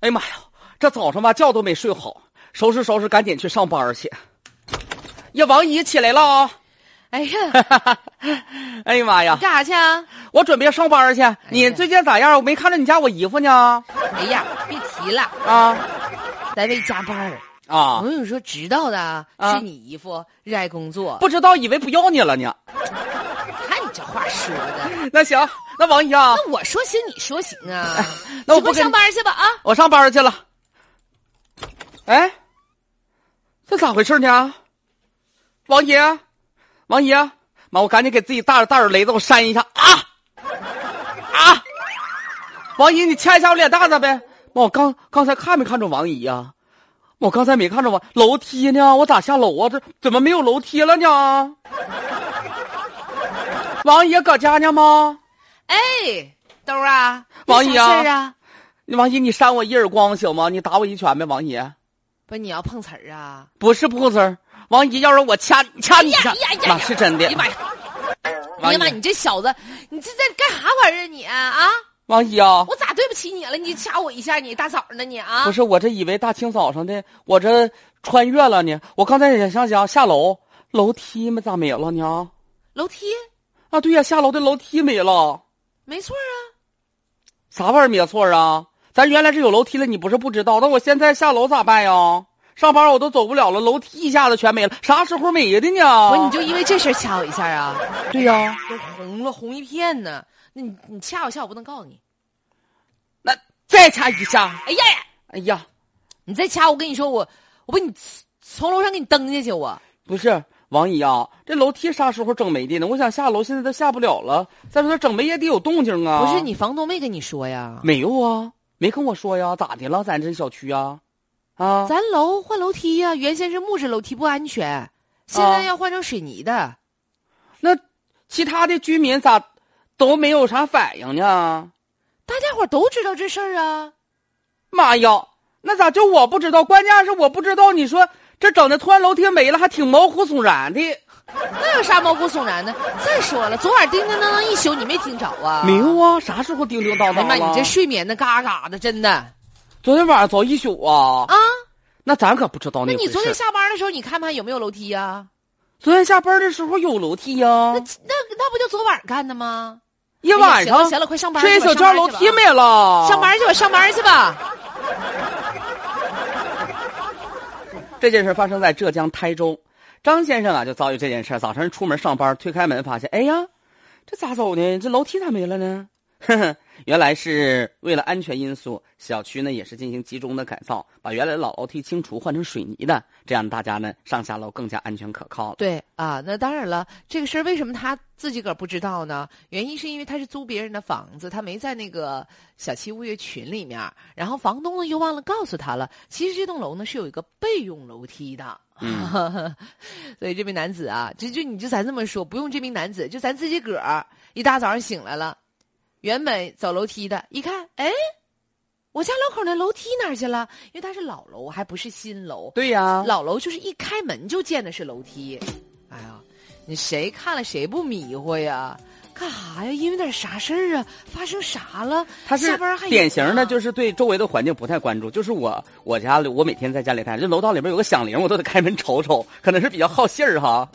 哎呀妈呀，这早上吧觉都没睡好，收拾收拾赶紧去上班去。呀，王姨起来了啊、 哎呀，哎呀妈呀，干啥去啊？我准备上班去。你最近咋样？我没看着你家我姨夫呢。哎呀，别提了，啊单位加班儿。我啊，跟你说，知道的啊啊是你姨夫热爱工作。不知道以为不要你了呢。看你这话说的，那行，那王姨啊，那我说行，你说行啊？ 那我行不吧跟上班去吧啊！我上班去了。哎，这咋回事呢？王姨，王姨，妈，我赶紧给自己大耳大耳雷子我扇一下啊啊！王姨，你掐一下我脸蛋子呗。妈，我刚刚才看没看着王姨呀、我刚才没看着王楼梯呢，我咋下楼啊？这怎么没有楼梯了呢？王姨搁家呢吗？哎，兜儿啊，王姨啊有啥事儿啊，王姨，你扇我一耳光行吗？你打我一拳呗，王姨。不是你要碰瓷儿啊？不是铺子儿，王姨，要是我掐掐你一下哎呀哎呀，哎呀妈是真的哎呀。妈呀！哎王呀妈！姨，你这小子，你这在干啥玩意儿？你啊，王姨啊，我咋对不起你了？你掐我一下，你大早上的你啊不？是我这以为大清早上的我这穿越了呢，我刚才也想想下楼，楼梯没咋没了呢？楼梯啊，对呀、下楼的楼梯没了，没错啊。啥玩意儿没错啊？咱原来是有楼梯的，你不是不知道？那我现在下楼咋办呀？上班我都走不了了，楼梯一下子全没了，啥时候没的呢？不是你就因为这事儿掐我一下啊？对呀、都红了，红一片呢。那你你掐我一下，我不能告诉你。那再掐一下，哎呀呀，哎呀。你再掐我，跟你说我我把你呲从楼上给你蹬下去我。不是王姨啊，这楼梯啥时候整没的呢？我想下楼，现在都下不了了。再说整没也得有动静啊。不是你房东没跟你说呀？没有啊？没跟我说呀？咋的了？咱这小区啊，啊，咱楼换楼梯呀、原先是木质楼梯不安全，现啊在要换成水泥的。那其他的居民咋都没有啥反应呢？大家伙都知道这事儿啊。妈呀，那咋就我不知道？关键是我不知道。你说这整的突然楼梯没了，还挺毛骨悚然的。那有啥毛骨悚然的？再说了，昨晚叮叮当当一宿，你没听着啊？没有。啊，啥时候叮叮当哎呀当妈，你了这？睡眠的嘎嘎的，真的啊！昨天晚上早一宿啊，那咱可不知道那回你事昨天下班的时候，你看没看有没有楼梯呀、昨天下班的时候有楼梯呀、那那那不就昨晚干的吗？一晚哎呀上行了行了，快上班去吧。这小上圈班楼去吧梯没了，上班去吧，上班去吧。这件事发生在浙江台州，张先生啊就遭遇这件事儿。早晨出门上班，推开门发现，哎呀，这咋走呢？这楼梯咋没了呢？呵呵，原来是为了安全因素，小区呢也是进行集中的改造，把原来的老楼梯清除，换成水泥的，这样大家呢上下楼更加安全可靠了。对啊，那当然了，这个事儿为什么他自己个儿不知道呢？原因是因为他是租别人的房子，他没在那个小区物业群里面，然后房东呢又忘了告诉他了。其实这栋楼呢是有一个备用楼梯的。 所以这名男子啊，这就你就咱这么说，不用这名男子，就咱自己个儿一大早上醒来了，原本走楼梯的，一看，哎，我家楼口那楼梯哪儿去了？因为它是老楼，还不是新楼。对呀、老楼就是一开门就见的是楼梯，哎呀，你谁看了谁不迷糊呀？干啥呀？因为点啥事儿啊？发生啥了？他是下班还啊典型的，就是是对周围的环境不太关注。就是我我家里，我每天在家里看，这楼道里边有个响铃，我都得开门瞅瞅，可能是比较好信儿哈。